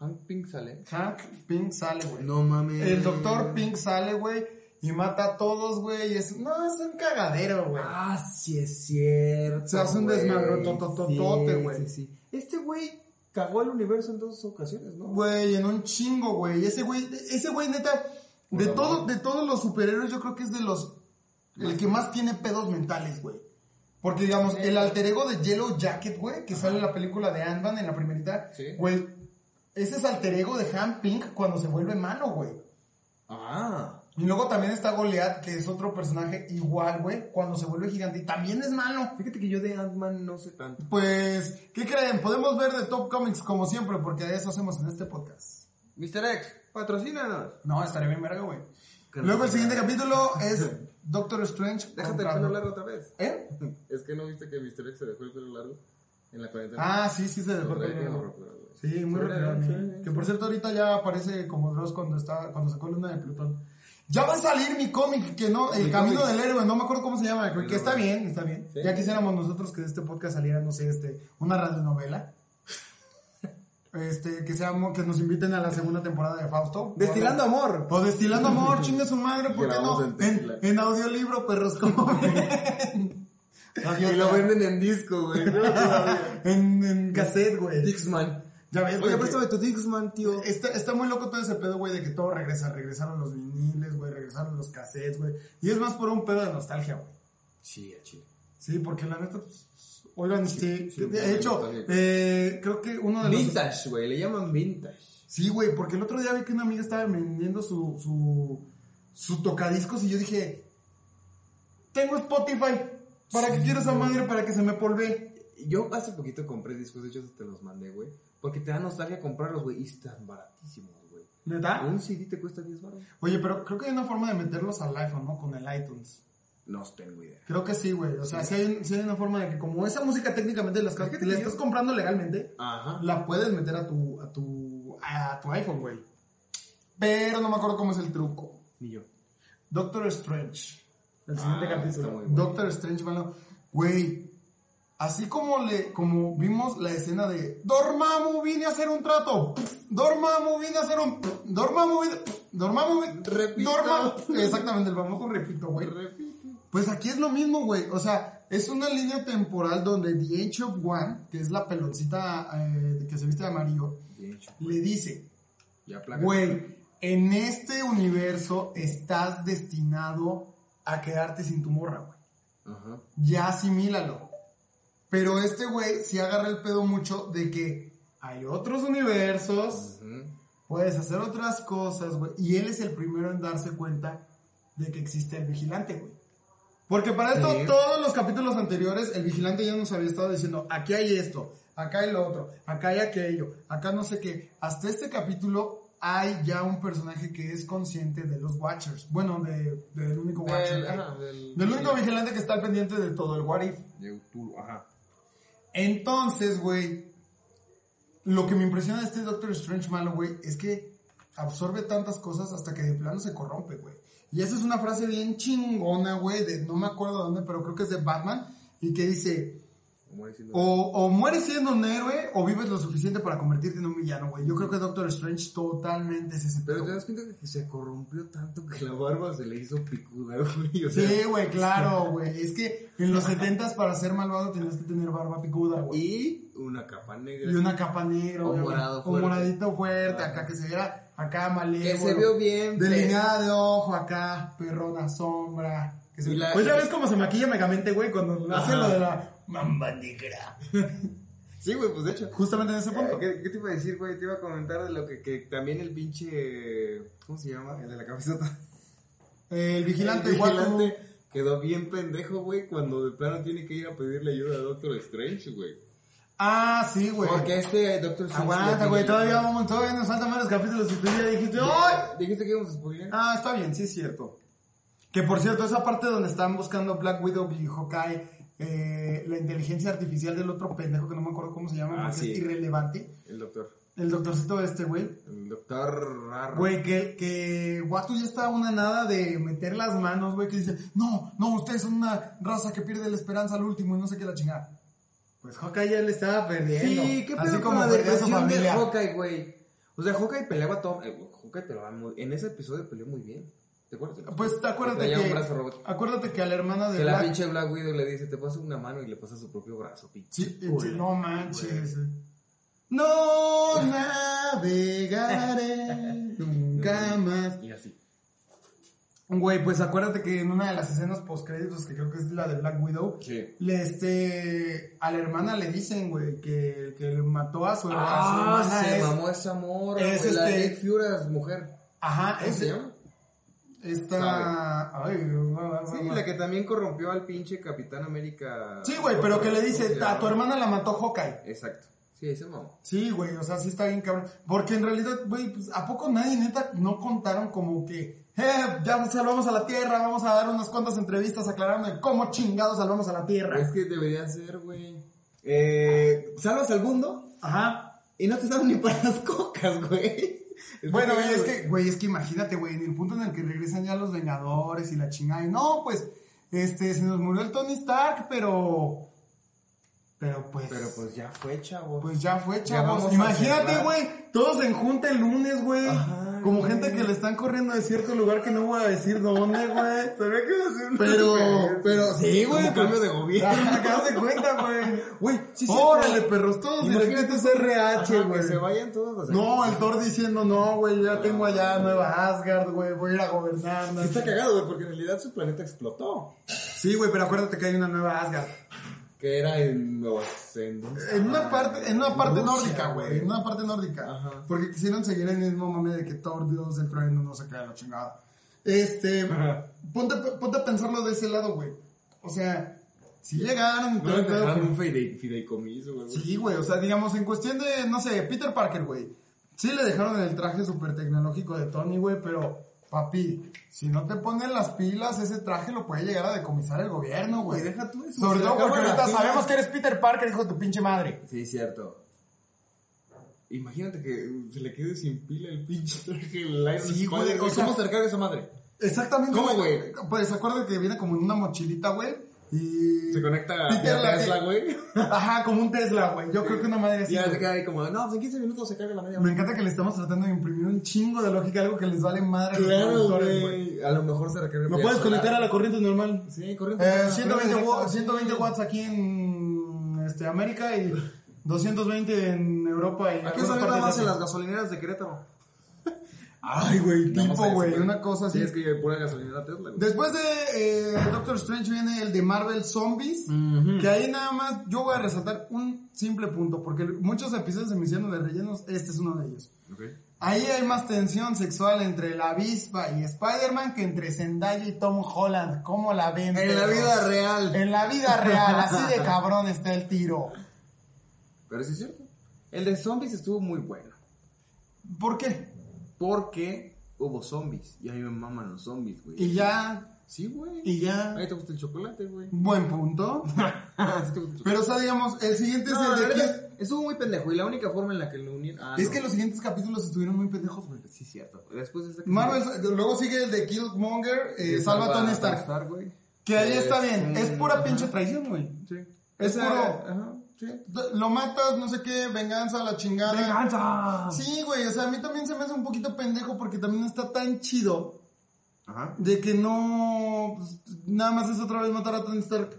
Hank Pink sale.
Hank Pink sale, güey.
No mames.
El doctor Pink sale, güey, y mata a todos, güey. y Es, no, es un cagadero, güey.
Ah, sí es cierto.
Se hace un
güey.
desmadrototototote,
Sí,
güey.
sí, sí. Este güey cagó al universo en dos ocasiones, ¿no?
Güey, en un chingo, güey. Ese güey, ese güey, neta, de,
Bueno,
todo, de todos los superhéroes, yo creo que es de los. El que más tiene pedos mentales, güey. Porque, digamos, el alter ego de Yellow Jacket, güey, que sale en la película de Ant-Man, en la primerita,
Sí.
güey. Ese es alter ego de Han Pink cuando se vuelve malo, güey.
Ah.
Y luego también está Goliath, que es otro personaje igual, güey, cuando se vuelve gigante y también es malo.
Fíjate que yo de Ant-Man no sé tanto.
Pues, ¿qué creen? Podemos ver de Top Comics como siempre, porque de eso hacemos en este podcast.
Mr. X, patrocínanos.
No, estaría bien verga, güey.
Claro.
Luego el siguiente capítulo es Doctor Strange.
Déjate el
contra-
pelo largo otra vez.
¿Eh?
Es que no viste que Mr. X se dejó el pelo largo en la cuarentena.
Ah, sí, sí se dejó el pelo largo. Sí, muy retirado. Que por cierto, ahorita ya aparece como Dross cuando, está, cuando sacó Luna de Plutón. Ya va a salir mi cómic, que no, El
Mi
Camino
cómic.
del Héroe, no me acuerdo cómo se llama, que
Pero-
está bien, está bien.
Sí.
Ya quisiéramos nosotros que de este podcast saliera, no sé, este, una radionovela. Este, que seamos, que nos inviten a la segunda temporada de Fausto.
Destilando amor.
O destilando amor, chinga su madre, ¿por qué no?
Grabamos en
En,
tequila.
en audiolibro, perros, como ven.
Y lo venden en disco, güey. No, todavía.
en, en cassette, güey.
Dixman.
Ya ves,
Ah, Oye, Eh,
güey,
préstame tu Dixman, tío.
Está, está muy loco todo ese pedo, güey, de que todo regresa. Regresaron los viniles, güey, regresaron los cassettes, güey. Y es más por un pedo de nostalgia, güey.
Sí, a chile.
Sí, porque la neta, pues, oigan, sí.
sí,
de hecho,
nostalgia.
eh, creo que uno de los...
Vintage, güey. Le llaman vintage.
Sí, güey, porque el otro día vi que una amiga estaba vendiendo su, su, su tocadiscos y yo dije, tengo Spotify, ¿para qué quiero esa madre? Para que se me polve.
Yo hace poquito compré discos, de hecho te los mandé, güey. Porque te da nostalgia comprarlos, güey. Y están baratísimos, güey.
¿Neta?
Un CD te cuesta 10 baros.
Oye, pero creo que hay una forma de meterlos al iPhone, ¿no? Con el iTunes.
No tengo idea.
Creo que sí, güey. O sea, sí, hay, sí hay una forma de que como esa música técnicamente la estás,
Fíjate
la
que yo-
estás comprando legalmente,
Ajá.
la puedes meter a tu, a tu, a tu iPhone, güey. Pero no me acuerdo cómo es el truco.
Ni yo.
Doctor Strange. El siguiente
Ah,
capítulo.
está muy bueno.
Doctor Strange, malo. Güey, así como le, como vimos la escena de Dormammu vine a hacer un trato. Dormammu vine a hacer un. Dormammu vine. Dormammu vine.
Repito.
Dormammu. Exactamente, el famoso repito, güey.
Repito.
Pues aquí es lo mismo, güey. O sea, es una línea temporal donde The Age of One, que es la peloncita eh, que se viste de amarillo,
De hecho.
le dice,
Ya placa.
Güey, en este universo estás destinado a quedarte sin tu morra, güey.
Ajá.
Ya asimílalo. Pero este güey sí agarra el pedo mucho de que hay otros universos,
Ujú.
puedes hacer otras cosas, güey. Y él es el primero en darse cuenta de que existe el vigilante, güey. Porque para esto,
Sí.
todos los capítulos anteriores, el vigilante ya nos había estado diciendo, aquí hay esto, acá hay lo otro, acá hay aquello, acá no sé qué. Hasta este capítulo hay ya un personaje que es consciente de los Watchers. Bueno, de- del único Watcher.
Del-
güey.
ajá, del-
del único vigilante que está al pendiente de todo el What If.
De Cthulhu, ajá.
Entonces, güey, lo que me impresiona de este Doctor Strange malo, güey, es que absorbe tantas cosas hasta que de plano se corrompe, güey. Y esa es una frase bien chingona, güey, de no me acuerdo dónde, pero creo que es de Batman, y que dice,
Como diciendo-
o, o mueres siendo un héroe o vives lo suficiente para convertirte en un villano, güey. Yo creo que Doctor Strange totalmente es ese
Pero
pedo,
te das cuenta de que se corrompió tanto que la barba se le hizo picuda, güey. O sea,
Sí, güey, claro, güey. Es que en los 70 para ser malvado tenías que tener barba picuda, güey.
Y una capa negra.
Y una capa negra,
O
güey,
morado
o
fuerte.
moradito fuerte,
Ah.
acá que se viera, acá malévolo.
Que se vio bien.
Delineada de ojo, acá, perrona sombra. Que se...
Y la-
Pues ya ves cómo se maquilla Megamente, güey, cuando
Ajá.
hace lo de la mamba negra.
Sí, güey, pues de hecho.
Justamente en ese punto.
Eh, ¿Qué, qué te iba a decir, güey? Te iba a comentar de lo que, que también el pinche. ¿Cómo se llama? El de la cabezota.
El vigilante,
El vigilante
guapo.
quedó bien pendejo, güey, cuando de plano tiene que ir a pedirle ayuda a Doctor Strange, güey.
Ah, sí, güey.
Porque este Doctor Strange.
Aguanta, güey, todavía vamos, todavía nos faltan varios capítulos y tú ya dijiste, ¡ay!
Dijiste que íbamos a spoilear.
Ah, está bien, sí es cierto. Que por cierto, esa parte donde están buscando Black Widow y Hawkeye, eh, la inteligencia artificial del otro pendejo que no me acuerdo cómo se llama,
Ah,
porque
sí.
es irrelevante.
El doctor.
El doctorcito este, güey.
El doctor raro.
Güey, que, que Watu ya está a una nada de meter las manos, güey, que dice, no, no, ustedes son una raza que pierde la esperanza al último y no sé qué la chingada. Pues Hawkeye ya le estaba perdiendo.
Sí, qué
Así
pedo
como
con la
perdió a su
depresión de
familia.
Hawkeye, güey.
O
O sea, Hawkeye peleaba todo. eh, Hawkeye peleaba muy. En ese episodio peleó muy bien. ¿Te acuerdas?
Pues te acuérdate
Traía un
que.
brazo robótico.
Acuérdate que a la hermana de
Que la
Black-
pinche Black Widow le dice, te paso una mano y le pasa su propio brazo, pinche.
Sí, sí, no manches. No navegaré nunca más.
Y así.
Güey, pues acuérdate que en una de las escenas postcréditos, que creo que es la de Black Widow,
Sí.
le este a la hermana le dicen, güey, que, que mató a su, a su
Ah,
hermana.
se
es-
mamó esa morra,
es
güey, La de
este-
Nick Fury, es mujer.
Ajá,
¿Cómo se
ese,
llama?
esta ay, va, va, va,
Sí,
va.
la que también corrompió al pinche Capitán América.
Sí, güey, pero que le
¿Cómo
dice,
se
a tu
llama?
hermana la mató Hawkeye.
Exacto. Sí, ese mamó.
Sí, güey, o sea, sí está bien cabrón. Porque en realidad, güey, pues, ¿a poco nadie neta no contaron como que, eh, ya salvamos a la Tierra, vamos a dar unas cuantas entrevistas aclarando de cómo chingados salvamos a la
Es
Tierra?
que debería ser, güey. Eh, salvas al mundo
Ajá.
y no te salvan ni para las cocas, güey. Es
Bueno,
muy
güey, es
raro,
que, güey, es que imagínate, güey, en el punto en el que regresan ya los Vengadores y la chingada, y no, pues, este, se nos murió el Tony Stark, pero, pero pues,
Pero pues ya fue, chavo.
Pues ya fue,
vamos
chavos.
a
Imagínate,
cerrar.
güey. Todos en junta el lunes, güey.
Ajá,
Como
güey.
gente que le están corriendo de cierto lugar que no voy a decir dónde, güey.
Sabía que iba a ser un
Pero, pero sí,
Como
güey.
cambio de gobierno.
Acabas de cuenta, güey.
Güey, sí, sí.
Órale,
sí.
perros, todos
Imagínate
imagínate ese RH,
Ajá, Que se
güey.
vayan todos así.
No, el Thor diciendo, no, güey, ya tengo allá Nueva Asgard, güey, voy a ir a gobernar. no
Sí Está
sé".
cagado, güey, porque en realidad su planeta explotó.
Sí, güey, pero acuérdate que hay una Nueva Asgard.
Que era en Nueva en-
En una parte, en una parte
Rusia,
nórdica, güey. En una parte nórdica.
Ajá.
Porque quisieron seguir el mismo mame de que Thor, Dios, el trueno, no se crea la chingada. Este,
Ajá.
ponte, ponte a pensarlo de ese lado, güey. O sea, si llegaron,
No
todo
le
el pedo,
dejaron
pero-
un fidei- fideicomiso, güey.
Sí, güey, o sea, digamos, en cuestión de, no sé, Peter Parker, güey. Sí le dejaron el traje súper tecnológico de Tony, güey, pero, papi, si no te ponen las pilas, ese traje lo puede llegar a decomisar el gobierno, güey.
Y deja tú eso,
Sobre
se
todo
acaban
porque ahorita
las pilas.
sabemos que eres Peter Parker, hijo de tu pinche madre.
Sí, cierto. Imagínate que se le quede sin pila el pinche traje el Iron
Sí, güey,
Spider,
o sea-
¿Cómo se recarga esa madre?
Exactamente.
¿Cómo, güey?
Pues acuerda que viene como en una mochilita, güey. Y.
Se conecta a
Peter la-
Tesla, güey.
Ajá, como un Tesla, güey. Yo creo que una madre así.
Y ya se
güey.
queda ahí como, no, pues en 15 minutos se carga la media.
Me encanta que le estamos tratando de imprimir un chingo de lógica, algo que les vale madre a los
Claro,
productores,
güey. A lo mejor se recarga.
¿Lo
vía
puedes
solar.
conectar a la corriente normal?
Sí, corriente.
Eh,
solar.
120,
Corriente
wa-
directa.
120 watts aquí en este, América y 220 en Europa. Y
Aquí
algunas
se
partes
nada
de
más en
Asia.
las gasolineras de Querétaro.
Ay, güey,
Vamos a
tipo,
eso,
güey, una cosa así.
Sí, es que hay pura gasolinera Tesla, güey.
Después de eh, Doctor Strange viene el de Marvel Zombies, que ahí nada más yo voy a resaltar un simple punto, porque muchos episodios se me hicieron de rellenos, este es uno de ellos.
Ok.
Ahí hay más tensión sexual entre la avispa y Spider-Man que entre Zendaya y Tom Holland. ¿Cómo la ven?
En la
perros?
vida real.
En la vida real, así de cabrón está el tiro.
Pero sí es cierto. El de zombies estuvo muy bueno.
¿Por qué?
Porque hubo zombies. Y a mí me maman los zombies, güey.
Y ya,
Sí, güey.
y ya.
A mí te gusta el chocolate, güey.
Buen punto.
Sí te gusta el chocolate.
Pero, o sea, digamos, el siguiente
No,
es
la
el de
verdad
aquí.
es- estuvo muy pendejo. Y la única forma en la que lo unieron. Ah,
Es
no.
que los siguientes capítulos estuvieron muy pendejos, güey.
Sí, cierto. Después de esa que-
Marvel, luego sigue el de Killmonger, eh,
Sí,
salva a Tony
Tony
Stark.
güey.
Que ahí
Eh,
está bien, es
mm,
pura
ajá.
pinche traición, güey.
Sí.
Es
Esa-
puro-
Ajá, sí.
Lo matas, no sé qué, venganza, la chingada.
¡Venganza!
Sí, güey, o sea, a mí también se me hace un poquito pendejo porque también está tan chido
Ajá.
de que no. pues, nada más es otra vez matar a Tony Stark.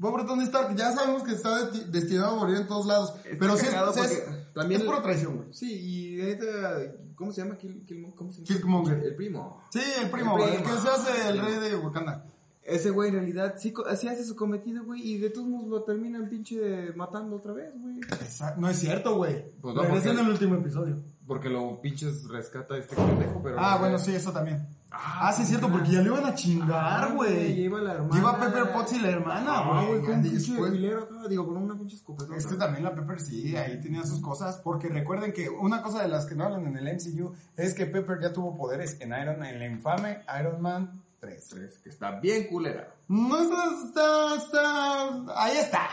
Pobre Tony Stark, ya sabemos que está desti- destinado a morir en todos lados.
Está
pero sí, es-
cagado
o sea, es,
porque también-
es pura traición, güey.
Sí, y de neta, ¿cómo se llama? Kill, Killmo- ¿Cómo se llama?
Killmonger.
El primo.
Sí, el primo,
El
el, que
primo.
se hace el rey de Wakanda.
Ese güey en realidad sí, co- sí hace su cometido, güey, y de todos modos lo terminan pinche matando otra vez, güey.
Esa- No es cierto, güey.
Pues no,
Regresa en
porque-
el último episodio.
Porque lo pinches rescata este pendejo, pero...
Ah, bueno, sí, eso también.
Ah,
Ah, sí, es cierto, porque ya le iban a
Ah,
chingar,
güey,
güey.
lleva la hermana.
Lleva a Pepper Potts y la hermana,
Ah,
güey.
güey, con
ya
un pinche
después-
filero acá, digo, con una pinche escopeta.
Es que también la Pepper sí, ahí tenía sus cosas, porque recuerden que una cosa de las que no hablan en el MCU es que Pepper ya tuvo poderes en Iron, en la infame Iron Man 3.
Tres, que está bien culera.
No está, está, está, ahí está,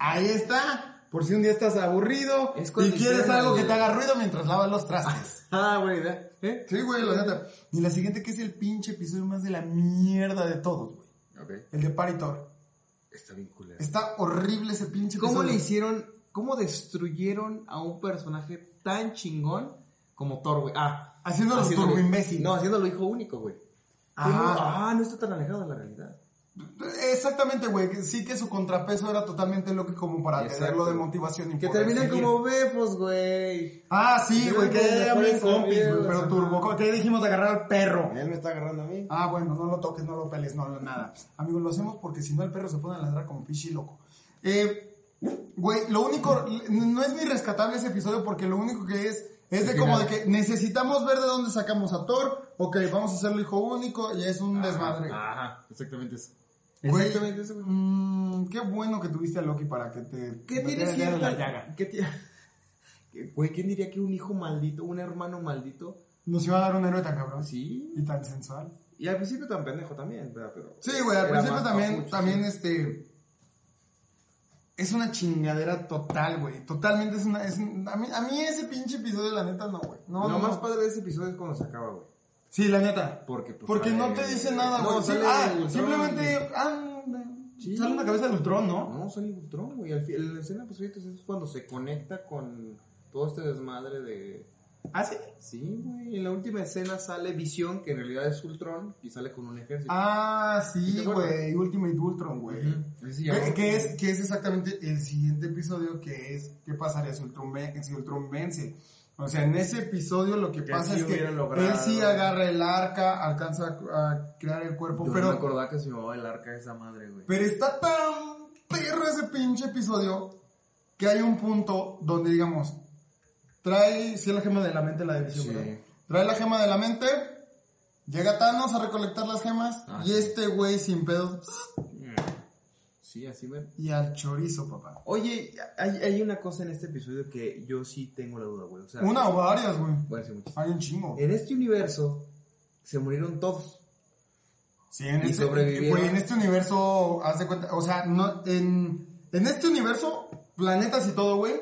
ahí está, por si un día estás aburrido
Es
y
cuando
quieres
hicieron
algo que
el-
te haga ruido mientras lavas los trastes.
Ah, buena idea. ¿Eh?
Sí, güey, la neta. Y la siguiente que es el pinche episodio más de la mierda de todos, güey.
Ok.
El de Paritor.
Está bien culera.
Está horrible ese pinche
¿Cómo
episodio.
le hicieron, cómo destruyeron a un personaje tan chingón como Thor, güey. Ah,
Haciéndolo
haciéndolo-
turbo imbécil.
No, haciéndolo hijo único, güey.
Ah.
Ah, no está tan alejado de la realidad.
Exactamente, güey. que Sí que su contrapeso era totalmente lo que como para
Exacto.
tenerlo de motivación y
Que
poder
terminan
seguir.
como befos, güey.
Ah, sí, güey, que
Yo creo que
eran bien
mejores
compis, güey,
amigos,
pero
ajá.
turbo. ¿Qué dijimos de agarrar al perro?
Él me está agarrando a mí.
Ah, bueno, no lo toques, no lo peles, no lo nada. Amigos, lo hacemos porque si no el perro se pone a ladrar como pichi loco. Eh, güey, lo único, no es ni rescatable ese episodio porque lo único que es, es de como de que necesitamos ver de dónde sacamos a Thor. Ok, vamos a hacerlo hijo único y es un desmadre.
Ajá, exactamente eso.
Güey,
Ah, Exactamente eso, güey.
mm, qué bueno que tuviste a Loki para que te...
¿Qué
te
tiene
dé la
cierta...
llaga.
¿Qué ti- ¿Qué- Güey, ¿quién diría que un hijo maldito, un hermano maldito?
Nos iba a dar un héroe tan cabrón
Sí.
y tan sensual.
Y al principio tan pendejo también, ¿verdad? Pero
Sí, güey, al
era
principio
más
también,
papucho,
también este. Es una chingadera total, güey. Totalmente es una. es un- a, mí, a mí ese pinche episodio, la neta, no, güey. No,
Lo
no,
más
no.
padre de ese episodio es cuando se acaba, güey.
Sí, la neta.
Porque, pues,
Porque
sale-
no te dice nada,
No,
güey. Sí,
sale
ah,
el-
simplemente. Ah,
Sí.
Sale una cabeza de Ultron, ¿no?
No, sale Ultron, güey. Al fi- La escena posterior es cuando se conecta con todo este desmadre de...
Ah, sí.
Sí, güey. En la última escena sale Visión, que en realidad es Ultron, y sale con un ejército.
Ah, sí,
¿Te acuerdas?
güey. Ultimate Ultron, güey.
Ujú. Ese ya
Que,
no-
que es, que es exactamente el siguiente episodio que es qué pasaría si Ultron, ven- si Ultron vence. O sea, en ese episodio lo que,
Que
pasa
sí
es que
hubiera logrado.
él sí agarra el arca, alcanza a, a crear el cuerpo,
Yo no me
pero,
acordaba que se llamaba el arca esa madre, güey.
pero está tan perro ese pinche episodio que hay un punto donde, digamos, trae, si es la gema de la mente la división,
Sí.
¿verdad? Trae la gema de la mente, llega Thanos a recolectar las gemas
Ah,
y
sí.
este güey sin pedos
Sí, así me...
y al chorizo, papá.
Oye, hay, hay una cosa en este episodio que yo sí tengo la duda, güey. O sea,
Una o varias, güey.
Bueno, sí, muchísimo.
Hay un chingo.
En este universo se murieron todos.
Sí, en
Y
este,
sobrevivieron.
güey, en este universo, haz de cuenta, o sea, no, en, en este universo, planetas y todo, güey,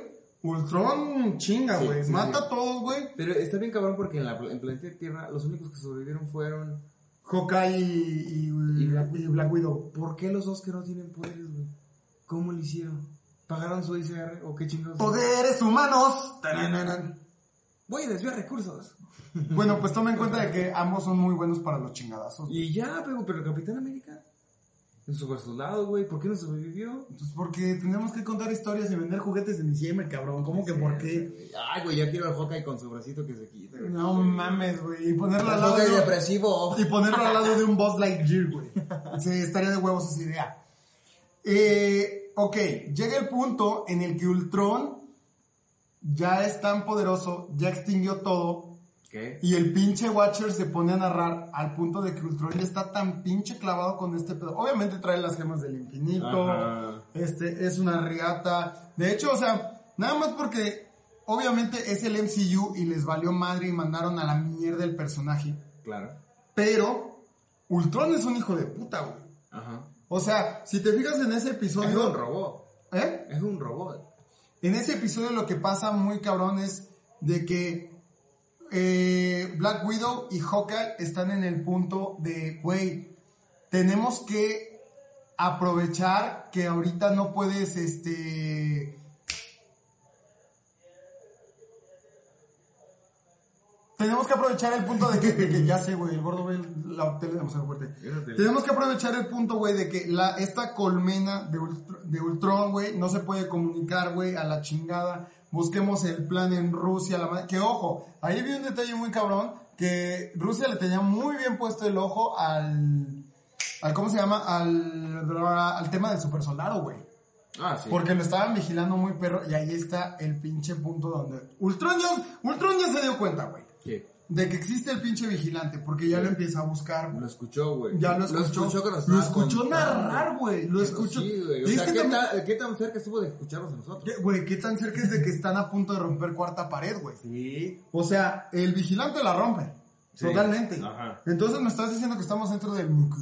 Ultron chinga,
Sí,
güey,
sí,
mata
sí.
a todos, güey,
Pero está bien cabrón porque en la en planeta Tierra los únicos que sobrevivieron fueron...
Hawkeye y, y-
Y Black-
y Black Widow.
¿Por qué los dos que no tienen poderes, güey? ¿Cómo lo hicieron? ¿Pagaron su ICR o qué chingados?
¡Poderes humanos! Tarananan.
Voy a desviar recursos.
Bueno, pues toma en cuenta de que ambos son muy buenos para los chingadazos.
Y ya, pero, pero el Capitán América... En super soldado, güey. ¿Por qué no sobrevivió?
Pues porque tenemos que contar historias y vender juguetes en diciembre, cabrón, ¿cómo que por qué?
Ay, güey, ya quiero al Hawkeye con su bracito que se quita. güey.
No mames, güey, y ponerla al
El
lado
Hawkeye
de...
depresivo.
y ponerlo al lado de un boss like Gear, güey. Sí, estaría de huevos esa idea. Eh, ok, llega el punto en el que Ultron ya es tan poderoso, ya extinguió todo,
¿Qué?
y el pinche Watcher se pone a narrar al punto de que Ultron ya está tan pinche clavado con este pedo. Obviamente trae las gemas del infinito,
Ajá.
este es una riata. De hecho, o sea, nada más porque obviamente es el MCU y les valió madre y mandaron a la mierda el personaje.
Claro.
Pero Ultron es un hijo de puta, güey.
Ajá.
O sea, si te fijas en ese
Es un
episodio,
robot.
¿eh?
Es un robot.
En ese episodio lo que pasa muy cabrón es de que eh, Black Widow y Hawkeye están en el punto de, güey, tenemos que aprovechar que ahorita no puedes, este... Tenemos que aprovechar el punto de que, de que ya sé, güey, el gordo ve la tele demasiado fuerte. Tenemos que aprovechar el punto, güey, de que la, esta colmena de, Ultr- de Ultron, güey, no se puede comunicar, güey, a la chingada. Busquemos el plan en Rusia, la madre- Que ojo, ahí vi un detalle muy cabrón, que Rusia le tenía muy bien puesto el ojo al, al ¿cómo se llama? Al, al tema del super soldado, güey.
Ah, sí.
Porque lo estaban vigilando muy perro y ahí está el pinche punto donde Ultron ya, Ultron ya se dio cuenta, güey,
¿Qué?
de que existe el pinche vigilante, porque ya lo empieza a buscar, güey.
Lo escuchó, güey.
Ya lo escuchó.
que nos
Lo
estaba
escuchó
contando.
narrar, güey. Lo
Pero
escuchó.
Sí, güey. O
Y es
sea,
que
¿qué,
también-
tan, ¿qué tan cerca estuvo de escucharnos a nosotros?
¿Qué- Güey, qué tan cerca es de que están a punto de romper cuarta pared, güey.
Sí.
O sea, el vigilante la rompe.
Sí.
Totalmente.
Ajá.
Entonces me estás diciendo que estamos dentro del mucu.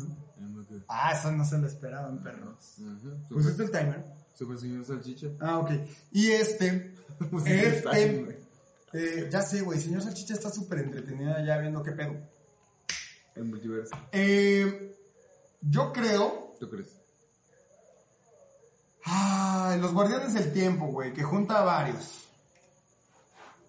Ah, eso no se lo esperaban, perros.
Super,
¿Pusiste el timer?
super señor Salchicha. Pues
Ah, ok. Y este.
Pusiste el timer, güey.
este. eh, ya sé, güey. Señor Salchicha está súper entretenida ya viendo qué pedo.
El multiverso.
Eh, yo creo
¿Tú crees?
Ay, los Guardianes del Tiempo, güey, que junta a varios.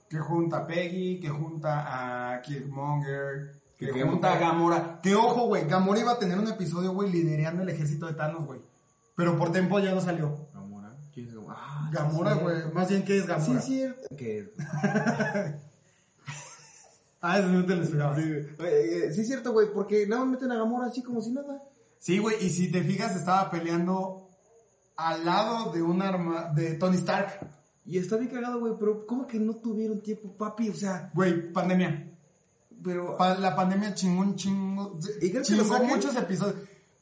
que junta a Peggy, que junta a Killmonger, que,
Que
junta a
junta-
Gamora. Que ojo, güey, Gamora iba a tener un episodio, güey, liderando el ejército de Thanos, güey. Pero por tiempo ya no salió.
Gamora. ¿Quién es Gamora? Ah,
Gamora,
sí,
güey. Más bien, ¿qué es
Sí,
Gamora?
es cierto. Que
Ah, eso no te lo esperaba.
Sí, eh, eh, sí es cierto, güey, porque nada más meten a Gamora así como si nada.
Sí, güey, y si te fijas, estaba peleando al lado de un arma de Tony Stark.
Y está bien cagado, güey, pero ¿cómo que no tuvieron tiempo, papi? O sea,
Güey, pandemia.
pero...
Pa- la pandemia chingó un chingo.
¿Y crees que lo
Chingó
saquen?
muchos episodios.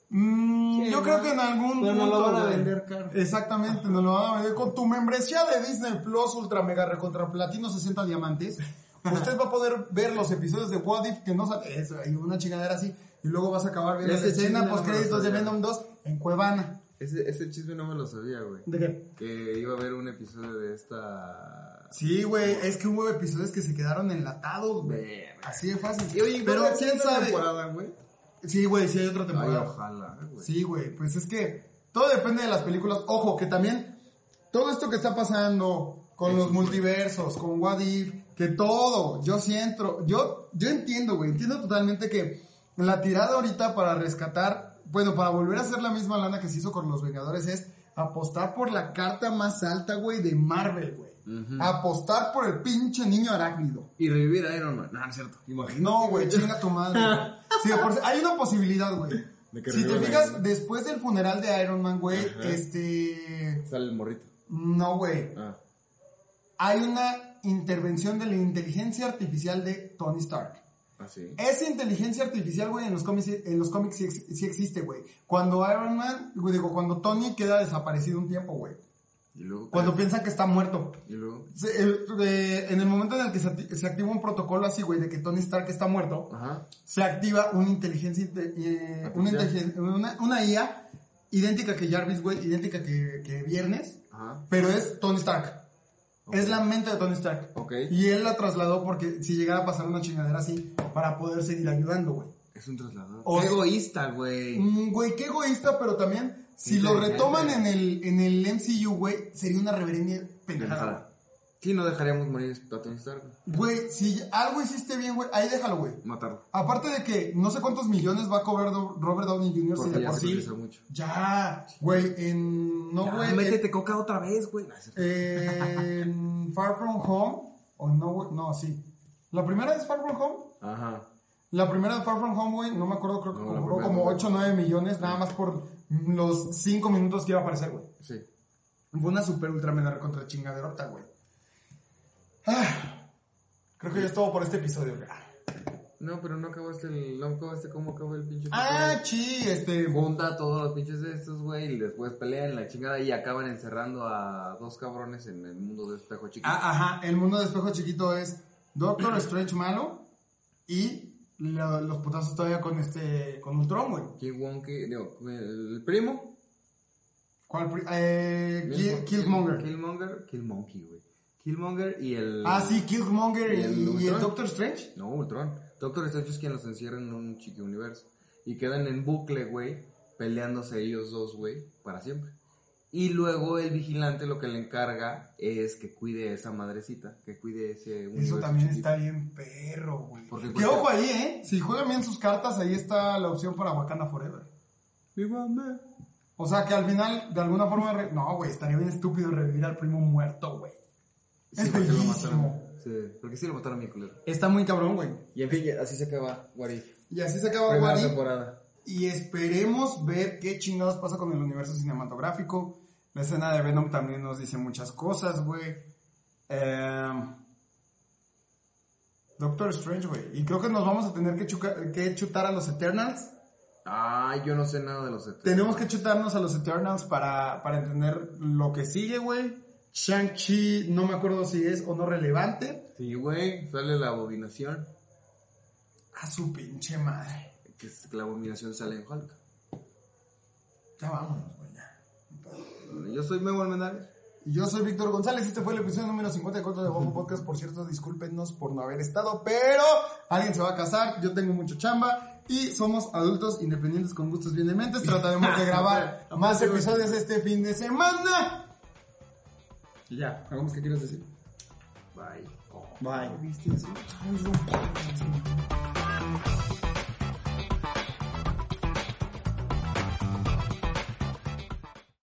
Mm,
Sí,
yo
¿no?
creo que en algún
Pero no lo
punto,
van a
güey.
vender caro.
Exactamente, nos lo van a vender con tu membresía de Disney Plus Ultra Mega Recontra Platino 60 Diamantes. Usted va a poder ver los episodios de What If que no sale. Es ahí una chingadera así. Y luego vas a acabar viendo
Ese
la escena
chisme no
post créditos
me
de
lo sabía.
Venom 2 en Cuevana.
Ese, ese chisme no me lo sabía, güey.
¿De qué?
Que iba a haber un episodio de esta...
Sí, güey, es que hubo episodios que se quedaron enlatados, güey.
Verga.
Así de fácil.
Y oye,
Pero
¿cuál es
quién
la
sabe.
temporada, güey?
Sí, güey, sí hay otra
Ay,
temporada.
ojalá, güey.
Sí, güey, pues es que todo depende de las películas. Ojo, que también todo esto que está pasando con los multiversos, con What If, que todo, yo siento, yo, yo entiendo, güey, entiendo totalmente que la tirada ahorita para rescatar, bueno, para volver a hacer la misma lana que se hizo con los Vengadores es apostar por la carta más alta, güey, de Marvel, güey. Apostar por el pinche niño arácnido.
Y revivir a Iron Man. No, no es cierto. Imagínate.
No, güey, chinga tu madre. güey. Sí, por- hay una posibilidad, güey.
De que
Si te
revivan a Iron
fijas,
Man.
después del funeral de Iron Man, güey,
Ajá.
este...
Sale el morrito.
No, güey.
Ah.
Hay una intervención de la inteligencia artificial de Tony Stark.
Así.
Esa inteligencia artificial, güey, en los cómics, en los cómics sí, ex- sí existe, güey. Cuando Iron Man, güey, digo, cuando Tony queda desaparecido un tiempo, güey.
Y luego...
Cuando piensa que está muerto.
Y luego...
Se- el- eh, en el momento en el que se, acti- se activa un protocolo así, güey, de que Tony Stark está muerto,
Ajá.
se activa una inteligencia, inte- eh, una,
Artificial.
inteligen- una, una IA idéntica que Jarvis, güey, idéntica que, que Viernes,
Ajá.
pero es Tony Stark. Es la mente de Tony Stark.
Ok.
Y él la trasladó porque si llegara a pasar una chingadera así, para poder seguir ayudando, güey.
Es un traslador.
O-
Qué egoísta, güey.
Mm, Güey, qué egoísta, pero también, si
Sí,
lo
inteligente.
retoman en el, en el MCU, güey, sería una reverenda pendejada, güey.
Sí, no dejaríamos morir a Tony Stark.
Güey, si algo hiciste bien, güey, ahí déjalo, güey.
Matarlo.
Aparte de que no sé cuántos millones va a cobrar Do- Robert Downey Jr. si
Porque
de
ya
por
se
sí-
utilizó mucho.
Ya, güey, en. No,
Ya,
güey.
métete coca otra vez, güey. No, es cierto.
en- en Far From Home. O no, güey. No, sí. La primera es Far From Home.
Ajá.
La primera de Far From Home, güey, no me acuerdo, creo que
No, la
cobró
primera
como
no.
8 o 9 millones, nada más por los 5 minutos que iba a aparecer, güey.
Sí.
Fue una super ultra mega recontra chingaderota, güey. Ah, creo que ya es todo por este episodio, güey.
No, pero no acabaste el. No acabaste cómo acabó el pinche.
Ah, chi, este.
episodio. Junta a todos los pinches estos, güey, y después pelean la chingada y acaban encerrando a dos cabrones en el mundo de espejo chiquito.
Ah, ajá, el mundo de espejo chiquito es Doctor Strange malo y lo- los putazos todavía con este, con Ultron, güey.
Kill Wonky, digo, el primo.
¿Cuál? pri- Eh, Kill- Killmonger.
Killmonger, Killmonkey, güey. Killmonger y el.
Ah, sí, Killmonger
¿Y el
y, y el
Ultron?
Doctor Strange.
No, Ultron. Doctor Strange es quien los encierra en un chiqui universo. Y quedan en bucle, güey, peleándose ellos dos, güey, para siempre. Y luego el vigilante lo que le encarga es que cuide a esa madrecita, que cuide ese universo
Eso también
chiquito.
está bien perro, güey.
Porque
Que
cualquier-
ojo ahí, ¿eh? Si juegan bien sus cartas, ahí está la opción para Wakanda Forever. O sea, que al final, de alguna forma... re- No, güey, estaría bien estúpido revivir al primo muerto, güey.
Sí,
es
porque lo
bellísimo.
mataron. Sí, porque sí lo mataron a mi culero.
Está muy cabrón, güey.
Y en fin, ya- así se acaba What If.
Y así se acaba
Primera
Ah, What If.
temporada.
Y esperemos ver qué chingados pasa con el universo cinematográfico. La escena de Venom también nos dice muchas cosas, güey. Em, Doctor Strange, güey. Y creo que nos vamos a tener que, chuca- que chutar a los Eternals.
Ay, yo no sé nada de los E Eternos.
Tenemos que chutarnos a los Eternals para, para entender lo que sigue, güey. Shang-Chi, no me acuerdo si es o no relevante.
Sí, güey, sale la abominación.
A su pinche madre.
Que es- que la abominación sale en Hulk.
Ya vámonos, güey. ya.
Yo soy Memo Almendares.
Y Yo soy Víctor González, este fue el episodio número 54 de Bobo Podcast. Por cierto, discúlpenos por no haber estado, pero alguien se va a casar, yo tengo mucho chamba y somos adultos independientes con gustos bien dementes. Trataremos de grabar más episodios este fin de semana. Y ya, ¿algo más que quieres decir? Bye.
Bye.
¿Viste eso?